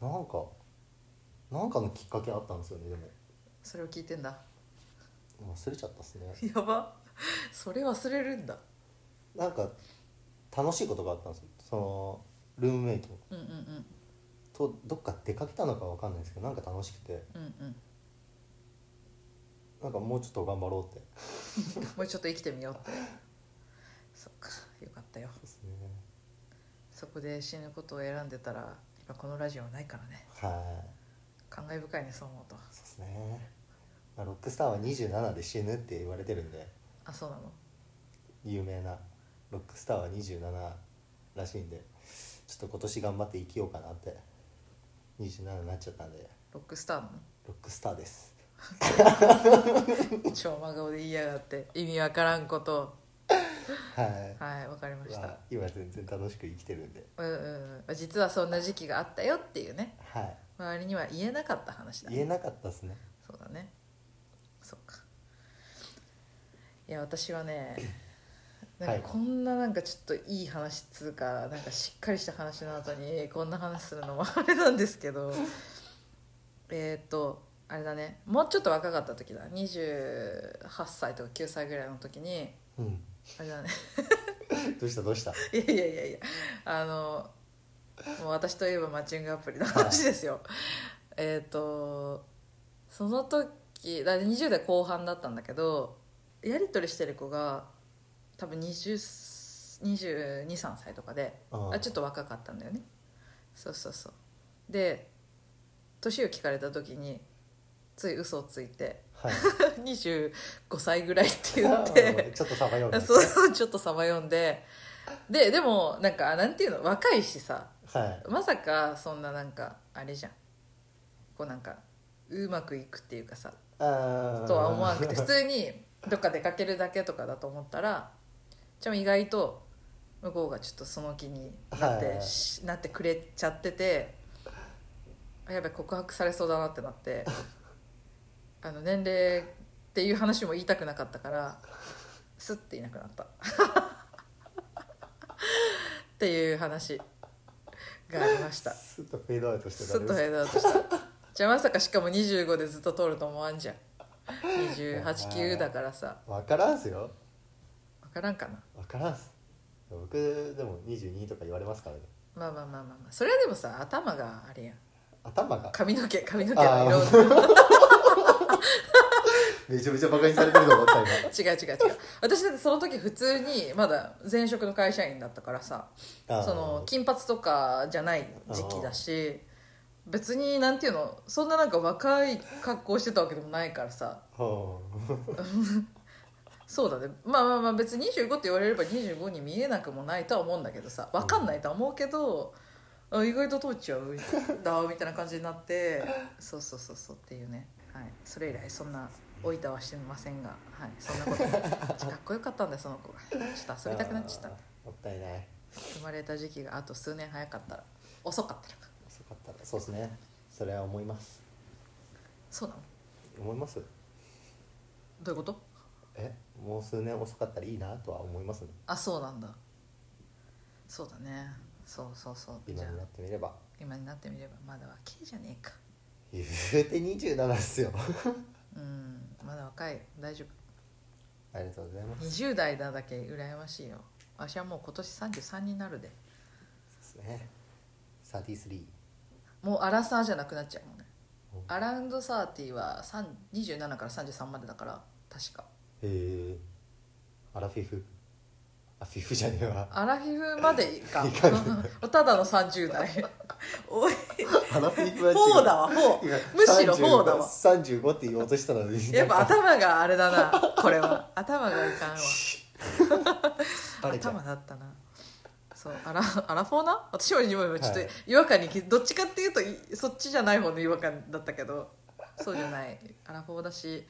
B: うななんかなんかのきっかけあったんですよねでも
A: それを聞いてんだ
B: 忘れちゃったっすね
A: やばそれ忘れるんだ
B: なんか楽しいことがあったんですよそのルームメイト
A: うんうんうん
B: とどっか出かけたのかわかんないですけどなんか楽しくて
A: うんうん
B: なんかもうちょっと頑張ろうって
A: もうちょっと生きてみようってそっかよかったよ
B: ですね
A: そこで死ぬことを選んでたら今このラジオはないからね
B: はい
A: 感慨深いねそう思うと
B: そうですね、まあ、ロックスターは27で死ぬって言われてるんで
A: あそうなの
B: 有名なロックスターは27らしいんでちょっと今年頑張って生きようかなって27になっちゃったんで
A: ロックスターな
B: ロックスターです
A: の超真顔で言いやがって意味わからんことを
B: はい
A: はいわかりまし
B: まあ
A: た
B: 今全然楽しく生きてるんで
A: うんうんうん実はそんな時期があったよっていうね
B: はい
A: 周りには言えなかった話だ
B: 言えなかったですね
A: そうだねそうかいや私は ねな
B: は
A: ん
B: い
A: かこんななんかちょっといい話っつうかなんかしっかりした話の後にこんな話するのもあれなんですけ どえっとあれだねもうちょっと若かった時だ28歳とか9歳ぐらいの時に
B: うん
A: あれだね
B: どうしたどうした
A: いやいやいやいやあのもう私といえばマッチングアプリの話ですよ、えっとその時だ20代後半だったんだけどやり取りしてる子が多分223歳とかで
B: あ
A: あちょっと若かったんだよねそうそうそうで年を聞かれた時につい嘘をついて
B: はい
A: 25歳ぐらいって言って
B: ちょっとさばようかな
A: そうちょっとさばよんでででもなんかなんていうの若いしさ
B: はい
A: まさかそんななんかあれじゃんこうなんかうまくいくっていうかさ
B: あー
A: とは思わなくて普通にどっか出かけるだけとかだと思ったらちょ意外と向こうがちょっとその気になって、
B: はい
A: しなってくれちゃっててあやばい告白されそうだなってなってあの年齢っていう話も言いたくなかったからスッていなくなった っていう話がありました
B: スッとフェードアウトして
A: スッとフ
B: 誰
A: ェードアウトしたじゃあまさかしかも25でずっと通ると思わんじゃん289だからさ
B: もわからんすよ
A: 分からんかな
B: わからんっす僕でも22とか言われますからね
A: まあまあまあまあ、まあ、それはでもさ頭があれやん
B: 頭が
A: 髪の毛髪の毛の色
B: あめちゃめちゃバカにされてると思った今
A: 違う違う違う私だってその時普通にまだ前職の会社員だったからさ
B: あー
A: その金髪とかじゃない時期だし別になんていうのそんななんか若い格好してたわけでもないからさ
B: ほう
A: そうだねまあまあまあ別に25って言われれば25に見えなくもないとは思うんだけどさ分かんないとは思うけど、あ意外と通っちゃうんだみたいな感じになってそうそうそうそうっていうね、はい、それ以来そんな老いたはしてませんが、はい、そんなことかっこよかったんだよその子がちょっと遊びたくなっちゃった
B: あーもったいない
A: 生まれた時期があと数年早かったら遅かったらか
B: 遅かったらそうですねそれは思います
A: そうなの
B: 思います
A: どういうこと
B: えもう数年遅かったらいいなとは思いますね
A: あそうなんだそうだねそうそうそうじ
B: 今
A: ゃあ
B: になってみれば
A: 今になってみればまだ若いじゃねえか
B: 言うて27っすよ
A: うんまだ若い大丈
B: ありがとうございま
A: 夫
B: す
A: 20代だだけ羨ましいよ私はもう今年33になるで
B: そうですね33
A: もうアラサーじゃなくなっちゃうもんね
B: うん
A: アラウンドサーティは3 27から33までだから確か
B: へえアラフィフあフィフじゃねえわ
A: アラフィフまでいか
B: いかん
A: ただの30代 おい
B: アラフィフは違う
A: 4だわ4
B: 今
A: むしろ4だわ
B: 35 35って言おうとしたのに
A: やっぱ頭があれだなこれは頭がいかんわ
B: バレちゃう
A: 頭だったなそうアラ アラフォーな私も自分もちょっと
B: はい
A: 違和感に気どっちかっていうといそっちじゃない方の違和感だったけどそうじゃないアラフォーだし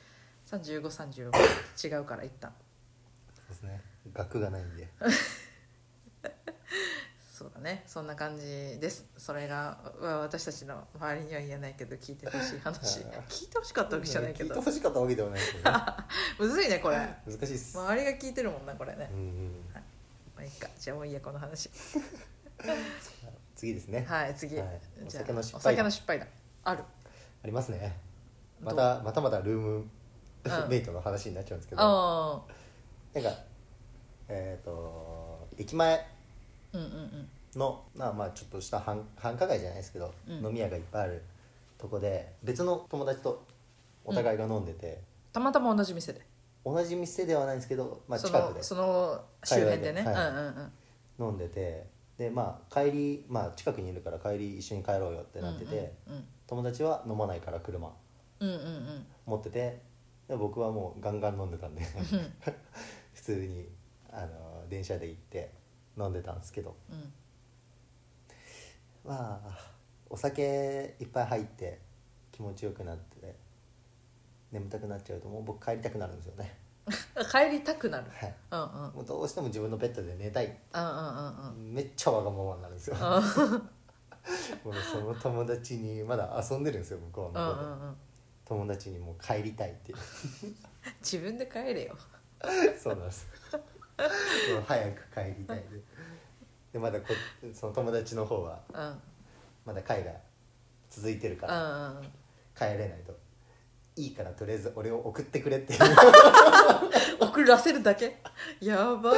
A: 3536違うから一旦
B: そうですね額がないんで
A: そうだねそんな感じですそれがわ私たちの周りには言えないけど聞いてほしい話
B: あー
A: 聞いてほしかったわけじゃないけ
B: 聞い
A: ど
B: てほしかったわけではないですけ ど、ね、
A: むずいねこれ
B: 難しいっす、
A: 周りが聞いてるもんなこれね
B: うんうん、
A: まあいいかじゃあもういいやこの話
B: 次ですね、
A: はい次、
B: はい
A: じゃあ
B: お酒の失敗
A: お酒の失敗だある
B: ありますね
A: ど
B: ま
A: う
B: たまたまたルーム
A: うん
B: メイトの話になっちゃうんですけど、
A: あ
B: なんかえっ、と駅前
A: あうんうんうん
B: のまあまあちょっとした繁繁華街じゃないですけど、
A: うん
B: 飲み屋がいっぱいあるとこで別の友達とお互いが飲んでて、
A: たまたま同じ店で、
B: 同じ店ではないんですけど、まあ、
A: そ
B: 近
A: の
B: くで
A: その周辺でね
B: 界隈ではい
A: うんうんうん
B: 飲んでてでまあ帰り、まあ、近くにいるから帰り一緒に帰ろうよってなってて、
A: うん
B: 友達は飲まないから車
A: うんうんうん
B: 持っててで僕はもうガンガン飲ん でたんで普通にあの電車で行って飲んでたんですけど
A: うんうん
B: まあお酒いっぱい入って気持ちよくなって眠たくなっちゃうともう僕帰りたくなるんですよね、
A: 帰りたくなる
B: はい、
A: うんうんうん
B: もうどうしても自分のベッドで寝たい
A: うんうん
B: めっちゃわがままになるんですよもうその友達にまだ遊んでるんですよ向こう
A: う
B: の
A: ん
B: 子
A: う
B: で
A: んうん
B: 友達にもう帰りたいっ ていう
A: 自分で帰れよ
B: そうなんですもう早く帰りたいででまだこその友達の方は
A: うんうん
B: まだ会が続いてるか
A: う
B: ら
A: んうん
B: 帰れないといいからとりあえず俺を送ってくれっ ていう
A: 送らせるだけやば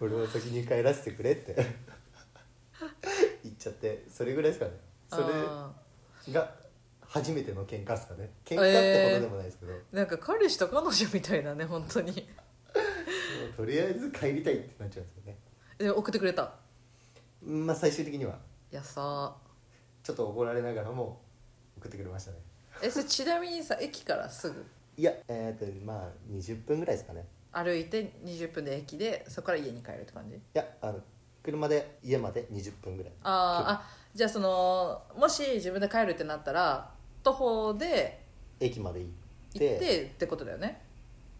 B: 俺を先に帰らせてくれって言っちゃってそれぐらいですかねそ
A: うん
B: れが初めての喧嘩ですかね喧嘩っ
A: えー
B: てほどでもないですけど、
A: なんか彼氏と彼女みたいだね本当に
B: も うとりあえず帰りたいってなっちゃうんですよね
A: で送ってくれた
B: まあ最終的にはい
A: やさ
B: ちょっと怒られながらも送ってくれましたね
A: えそれちなみにさ駅からすぐ
B: いやえっ、とまあ20分ぐらいですかね
A: 歩いて20分で駅でそこから家に帰るって感じ
B: いやあの車で家まで20分ぐらい
A: あーあじゃあそのもし自分で帰るってなったら徒歩で
B: 駅まで行っ
A: 行
B: て
A: ってってことだよね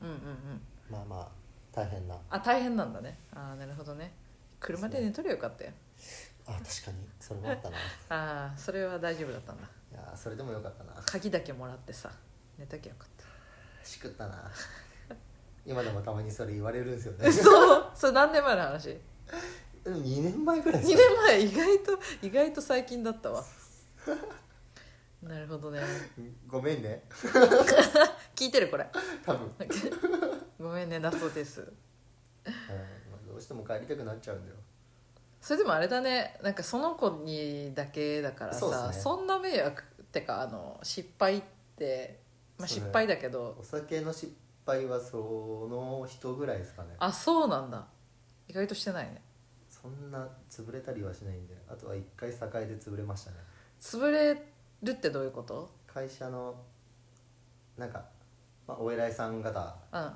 A: うんうんうん
B: まあまあ大変な
A: あ大変なんだねああなるほどね車で寝とりゃよかったよ
B: あ確かにそれも あったない
A: ああそれは大丈夫だったんだ
B: やーそれでもよかったな
A: 鍵だけもらってさ寝ときゃよかっ
B: しくったな今でもたまにそれ言われるんですよね
A: た そうそれ何年前の話2
B: 2年前ぐらいです
A: 年
B: か
A: 前意外と意外と最近だった わなるほどね
B: ごめんね
A: 聞いてるこれ
B: 多分、うん
A: ごめんねだそうです
B: まあどうしても帰りたくなっちゃうんだよ
A: それでもあれだねなんかその子にだけだから
B: そうです
A: さ
B: ね
A: そ,、んな迷惑ってかあの失敗って、まあ、
B: そうね
A: 失敗だけど、
B: お酒の失敗はその人ぐらいですかね
A: あそうなんだ意外としてないね
B: そんな潰れたりはしないんであとは一回境で潰れましたね
A: 潰れるってどういうこと
B: 会社のなんか、まあ、お偉いさん方
A: うんうん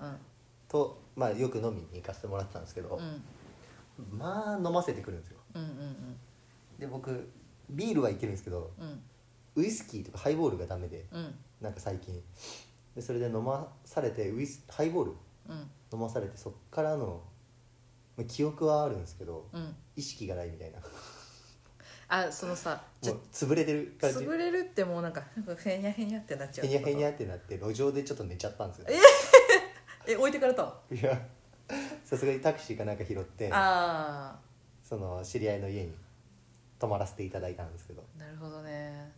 B: と、まあ、よく飲みに行かせてもらってたんですけど
A: う、ん
B: まあ飲ませてくるんですよ
A: うんうん
B: で僕ビールはいけるんですけど
A: うんうん
B: ウイスキーとかハイボールがダメで
A: うん
B: なんか最近でそれで飲まされてウイスハイボール
A: うん
B: 飲まされてそっからのまあ記憶はあるんですけど
A: うん
B: 意識がないみたいな
A: あそのさじゃ
B: もう潰れてる感じ
A: 潰れるってもうなんかふにゃふにゃってなっちゃう
B: へにゃへにゃってなって路上でちょっと寝ちゃったんですよ
A: え置いてかれたの
B: いやさすがにタクシーかなんか拾って
A: あ
B: その知り合いの家に泊まらせていただいたんですけど
A: あなるほどね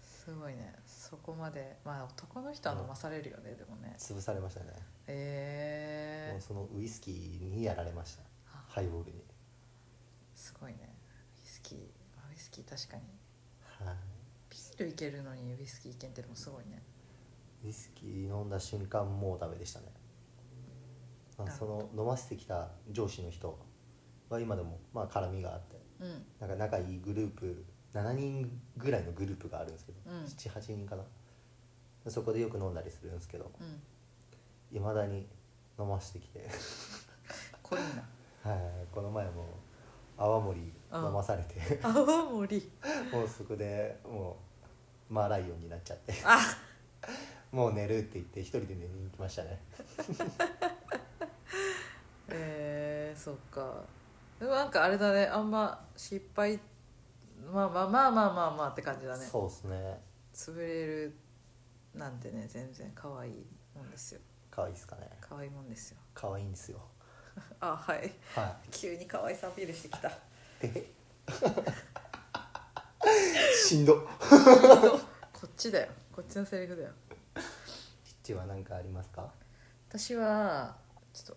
A: すごいねそこまでまあ男の人は飲まされるよね、でもね
B: 潰されましたねも
A: え
B: う
A: ー、
B: そのウイスキーにやられました
A: あ
B: ハイボールに
A: すごいねウイスキーまあウイスキー確かに
B: はい
A: ビールいけるのにウイスキーいけんってのもすごいね
B: ウイスキー飲んだ瞬間もうダメでしたねあ
A: なる
B: そ
A: ほど
B: の飲ませてきた上司の人は今でもまあ絡みがあって
A: うんうん
B: なんか仲いいグループ7人ぐらいのグループがあるんですけど、
A: うん
B: 78人かなそこでよく飲んだりするんですけどいまだに飲ましてきて
A: 濃いな
B: はいこの前も泡盛
A: うん
B: 飲まされ て、
A: 泡盛
B: もうそこでもうマーライオンになっちゃって
A: あ
B: もう寝るって言って一人で寝に行きましたね
A: えー、そっかでもなんかあれだねあんま失敗まあまあまあまあまあまあって感じだね
B: そうですね
A: 潰れるなんてね全然可愛いもんですよ
B: 可愛いですかね
A: 可愛いもんですよ
B: 可愛いんですよ
A: あはい
B: は
A: 急に可愛さアピールしてきた
B: いで しん ど
A: こっちだよこっちのセリフだよ
B: チッチは何かありますか
A: 私はちょっと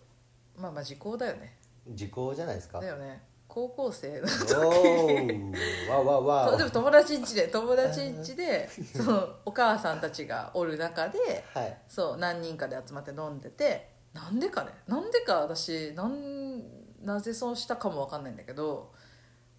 A: まあまあ時効だよね
B: 時効じゃないですか
A: だよね高校生の
B: お
A: 時
B: ーわわ わ
A: でも友達ん家で友達ん家でそのお母さんたちがおる中で
B: はい
A: そう何人かで集まって飲んでてなんでかねなんでか私なんなぜそうしたかもわかんないんだけど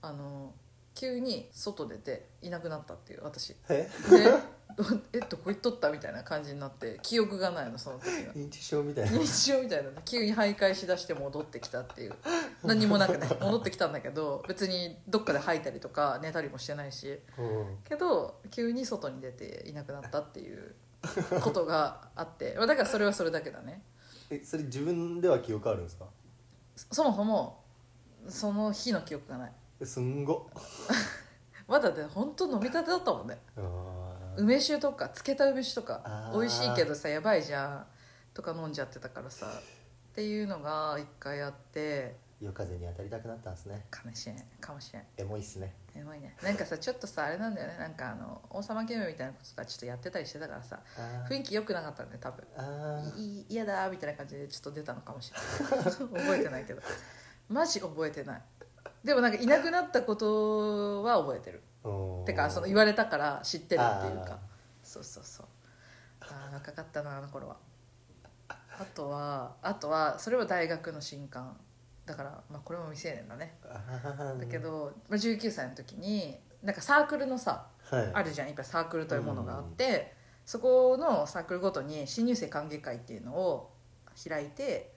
A: あの急に外出ていなくなったっていう私
B: え
A: で えどこ行っとったみたいな感じになって記憶がないのその時は
B: 認知症みたいな
A: 認知症みたいなの急に徘徊しだして戻ってきたっていう何もなくね戻ってきたんだけど別にどっかで吐いたりとか寝たりもしてないし
B: うん
A: けど急に外に出ていなくなったっていうことがあってまあだからそれはそれだけだね
B: えそれ自分では記憶あるんですか
A: そそもそもその日の記憶がない
B: えすんご
A: まだで本当飲みたてだったもんね
B: あー
A: 梅酒とか漬けた梅酒とか
B: あー
A: 美味しいけどさやばいじゃんとか飲んじゃってたからさっていうのが一回あって
B: 夜風に当たりたくなったんですね
A: かもしれんかもしれん
B: エモいっすね
A: エモいねなんかさちょっとさあれなんだよねなんかあの王様ゲームみたいなこととかちょっとやってたりしてたからさ
B: あー
A: 雰囲気良くなかったんで多分
B: あー
A: いい嫌だみたいな感じでちょっと出たのかもしれない 覚えてないけどマジ覚えてないでもなんかいなくなったことは覚えてる
B: おー
A: てかその言われたから知ってるっていう
B: あー
A: かそうそうそうああ若かったなあの頃はあとはあとはそれは大学の新刊だから、まあ、これも未成年だね
B: あー
A: だけど、まあ、19歳の時になんかサークルのさ
B: はい
A: あるじゃんいっぱいサークルというものがあって、そこのサークルごとに新入生歓迎会っていうのを開いて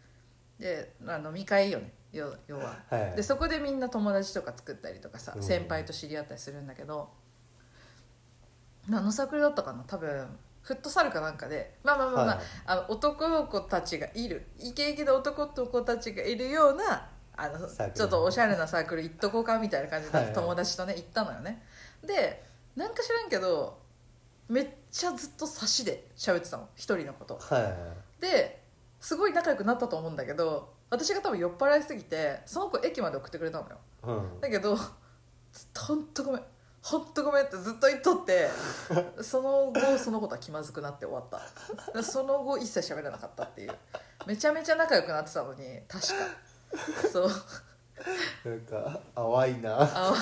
A: でまあ飲み会よね要要は。
B: はい
A: でそこでみんな友達とか作ったりとかさ
B: うん
A: 先輩と知り合ったりするんだけど何のサークルだったかな多分フットサルかなんかでまあまあまあまあ,、
B: はい
A: あの男の子たちがいるイケイケで男の子たちがいるようなあの
B: サークル
A: ちょっとおしゃれなサークル行っとこうかみたいな感じで
B: はいはい
A: 友達とね行ったのよねでなんか知らんけどめっちゃずっと差しで喋ってたの一人のこと
B: は
A: ですごい仲良くなったと思うんだけど私が多分酔っ払いすぎてその子駅まで送ってくれたのよ
B: い、うん、
A: だけど「本当ごめん本当ごめん」ってずっと言っとってその後そのことは気まずくなって終わったその後一切喋らなかったっていうめちゃめちゃ仲良くなってたのに確かそう
B: なんか淡いな
A: あ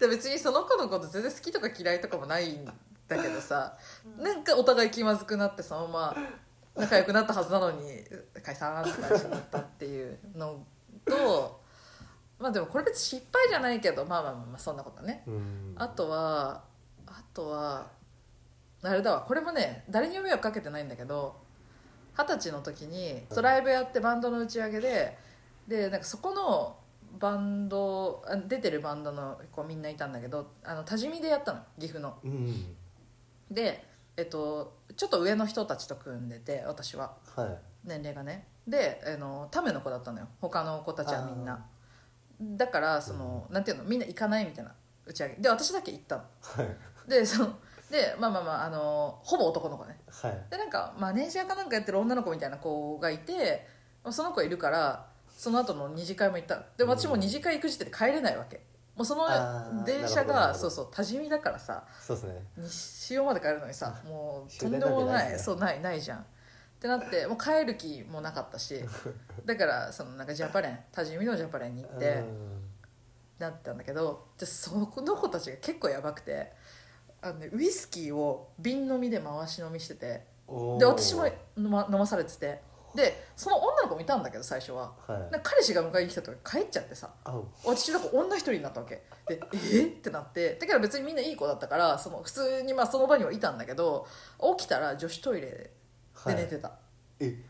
A: で別にその子のこと全然好きとか嫌いとかもないんだけどさなんかお互い気まずくなってそのまま仲良くなったはずなのに解散って感じになったっていうのとまあでもこれ別に失敗じゃないけどまあまあまあまあそんなことね
B: うん
A: あとはあとはあれだわこれもね誰にも迷惑かけてないんだけど二十歳の時にそうライブやってバンドの打ち上げででなんかそこのバンドあ出てるバンドの子みんないたんだけどあの多治見でやったの岐阜の。
B: うん
A: で、えっと、ちょっと上の人たちと組んでて私は
B: はい
A: 年齢がねであのための子だったのよ他の子たちはみんなだからその、なんていうのみんな行かないみたいな打ち上げで私だけ行ったの
B: はい
A: でそのでまあまあまああのほぼ男の子ね
B: はい
A: でなんかマネージャーかなんかやってる女の子みたいな子がいてその子いるからその後の二次会も行ったで私も
B: うん
A: 二次会行く時点で帰れないわけもうその
B: あー
A: 電車
B: なるほどなる
A: が
B: ほど
A: そうそう多治見だからさ
B: そうですね
A: 西尾まで帰るのにさもうと
B: 終
A: ん
B: 電
A: でも
B: なんて
A: な
B: ない
A: い
B: ですね
A: そうないないじゃんってなってもう帰る気もなかった しだからそのなんかジャパレン多治見のジャパレンに行って、
B: うん
A: なったんだけどでそこの子たちが結構やばくてあの、ね、ウイスキーを瓶飲みで回し飲みしてて
B: おー
A: で私も飲ま飲まされててでその女の子もいたんだけど最初は
B: はい
A: なんか彼氏が迎えに来た時帰っちゃってさ
B: あ
A: 私なんか女一人になったわけでえーってなってだから別にみんないい子だったからその普通にまあその場にはいたんだけど起きたら女子トイレで
B: はい
A: 寝てた、
B: え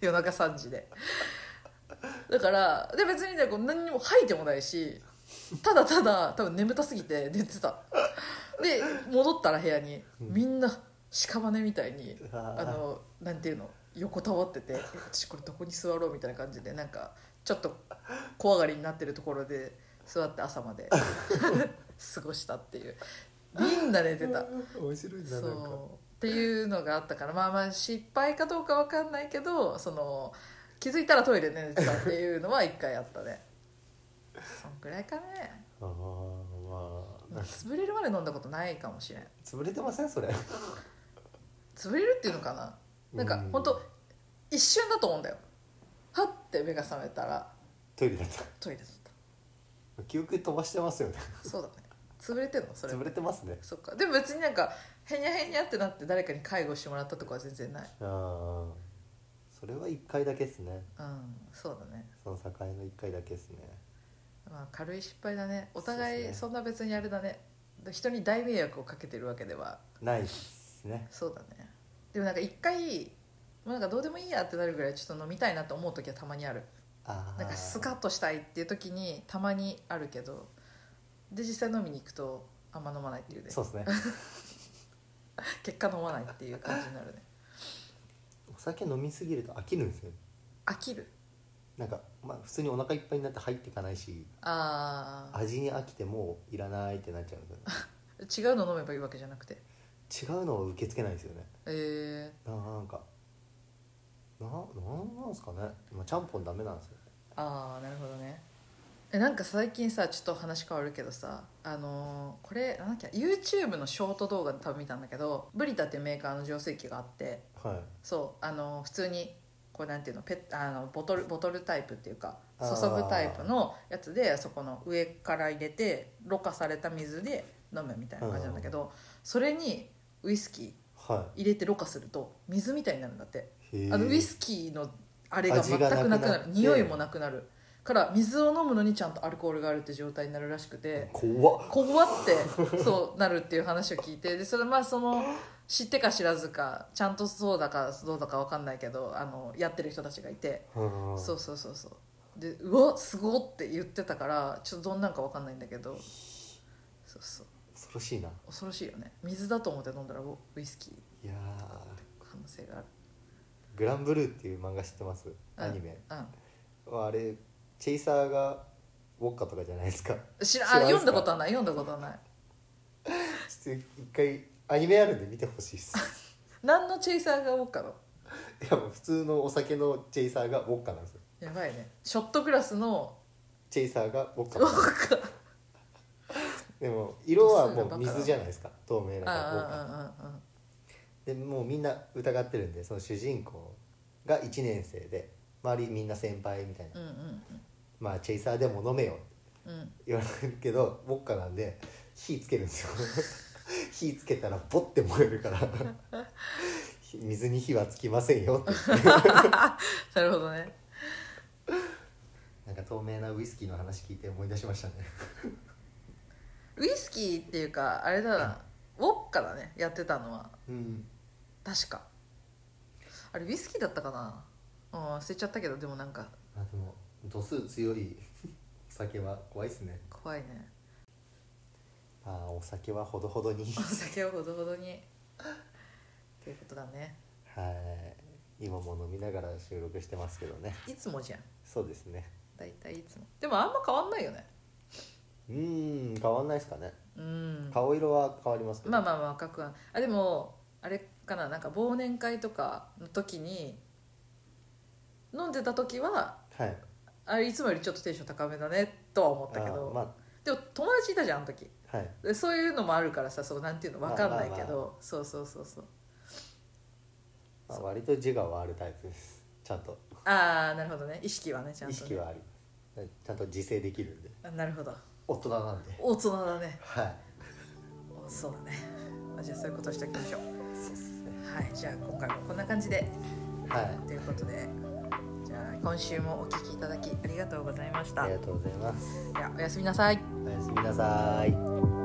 A: 夜中3時でだからで別にねこう何にも吐いてもないしただただ多分眠たすぎて寝てたで戻ったら部屋にみんな屍みたいに
B: うわー
A: あのなんていうの横たわってて「え私これどこに座ろう?」みたいな感じでなんかちょっと怖がりになってるところで座って朝まで 過ごしたっていうみんな寝てた
B: 面白いな
A: そ
B: なんか
A: うっていうのがあったからまあまあ失敗かどうかわかんないけどその気づいたらトイレで寝てたっていうのは一回あったねそんぐらいかね
B: ああまあなんか
A: 潰れるまで飲んだことないかもしれん
B: 潰れてませんそれ
A: 潰れるっていうのかななんか
B: う
A: ほんと一瞬だと思うんだよはって目が覚めたら
B: トイレだった
A: トイレだった
B: 記憶飛ばしてますよね
A: そうだね潰れてんのそれ
B: 潰れてますね
A: そっかでも別になんかへにゃへにゃってなって誰かに介護してもらったとかは全然ない
B: ああそれは1回だけですね
A: うんそうだね
B: その境の1回だけですね
A: まあ、軽い失敗だねお
B: そう
A: 互
B: で
A: い
B: すね
A: そんな別にあれだね人に大迷惑をかけてるわけでは
B: ないですね
A: そうだねでもなんか一回もうなんかどうでもいいやってなるぐらいちょっと飲みたいなと思う時はたまにある
B: ああ
A: なんかスカッとしたいっていう時にたまにあるけどで実際飲みに行くとあんま飲まないっていうね
B: そうです ね
A: 結果飲まないっていう感じになるね
B: お酒飲みすぎると飽きるんですよ
A: 飽きる
B: なんかまあ普通にお腹いっぱいになって入っていかないし
A: ああ
B: 味に飽きてもういらないってなっちゃうんです
A: 違うの飲めばいいわけじゃなくて
B: よね違うのを受け付けないんですよね
A: え
B: ななんかななんなんですかね、まあ、ちゃんぽんダメなんですよね
A: ー、ああなるほどねえなんか最近さちょっと話変わるけどさあのーこれなんだっけ YouTube のショート動画で多分見たんだけどブリタっていうメーカーの浄水器があって
B: はい
A: そうあの普通にこうなんていうのペッあのボトルボトルタイプっていうか
B: あ
A: 注
B: ー
A: ぐタイプのやつでそこの上から入れてろ過された水で飲むみたいな感じなんだけどそれにウイスキー
B: は
A: 入れてろ過すると水みたいになるんだって
B: いへー
A: あのウイスキーのあれが全くなくな
B: 味がなくなっ
A: る
B: て
A: 匂いもなくなるから水を飲むのにちゃんとアルコールがあるって状態になるらしくて。
B: 怖っ
A: 怖ってそうなるっていう話を聞いてでそれまあその知ってか知らずかちゃんとそうだかどうだかわかんないけどあのやってる人たちがいて
B: うん
A: そうそうそうそうでうわすごって言ってたからちょっとどんなんかわかんないんだけどそうそう
B: 恐ろしいな
A: 恐ろしいよね水だと思って飲んだらウウイスキー
B: いや
A: 可能性がある
B: ーグランブルーっていう漫画知ってます
A: うん
B: アニメ
A: うん
B: あれチェイサーがウォッカとかじゃないですか
A: 知ら
B: 知ら
A: あ
B: んすか
A: 読んだことはない読んだことはない
B: ちょっと一回アニメあるんで見てほしいっす
A: 何のチェイサーが多かの
B: いやもう普通のお酒のチェイサーがウォッカなんですよ
A: やばいねショットグラスの
B: チェイサーがウォッカ
A: 多か
B: でも色はもう水じゃないですか透明だ
A: あ
B: からウォッカ
A: ああああ
B: でもうみんな疑ってるんでその主人公が1年生で周りみんな先輩みたいな、
A: うんうん
B: まあチェイサーでも飲めよって
A: うんうん
B: 言われるけどウォッカなんで火つけるんですよ 火つけたらボッて燃えるから 水に火はつきませんよって
A: なるほどね
B: なんか透明なウイスキーの話聞いて思い出しましたね
A: ウイスキーっていうかあれだなウォッカだねやってたのは
B: うん
A: 確かあれウイスキーだったかなうん忘れちゃったけどでもなんか
B: あでも度数強いお酒は怖いっすね
A: 怖いね
B: ああお酒はほどほど に
A: お酒をほどほどにっていうことだね
B: はい今も飲みながら収録してますけどね
A: いつもじゃん
B: そうですね
A: 大体いつもでもあんま変わんないよね
B: うーん変わんないですかね
A: うん
B: 顔色は変わりますけど
A: まあまあまあ赤くはあでもあれかななんか忘年会とかの時に飲んでた時は
B: はい
A: あれいつもよりちょっとテンション高めだねとは思ったけ
B: あ
A: ど
B: ーま
A: でも友達いたじゃんあの時
B: あはい
A: でそういうのもあるからさそうなんていうの分かんないけ
B: まあまあま
A: どそうそうそうそう
B: まあ、割と自我はあるタイプですちゃんと
A: ああなるほどね意識はねちゃんと、ね、
B: 意識はありますちゃんと自制できるんで
A: あなるほど
B: 大人なんで
A: 大人だね
B: はい
A: おそうだねあじゃあそういうことしておきましょう
B: そうっすね
A: はいじゃあ今回もこんな感じで
B: はい
A: ということでじゃあ今週もお聞きいただきありがとうございました
B: あり
A: で
B: がとうございます
A: はおやすみなさい
B: おやすみなさい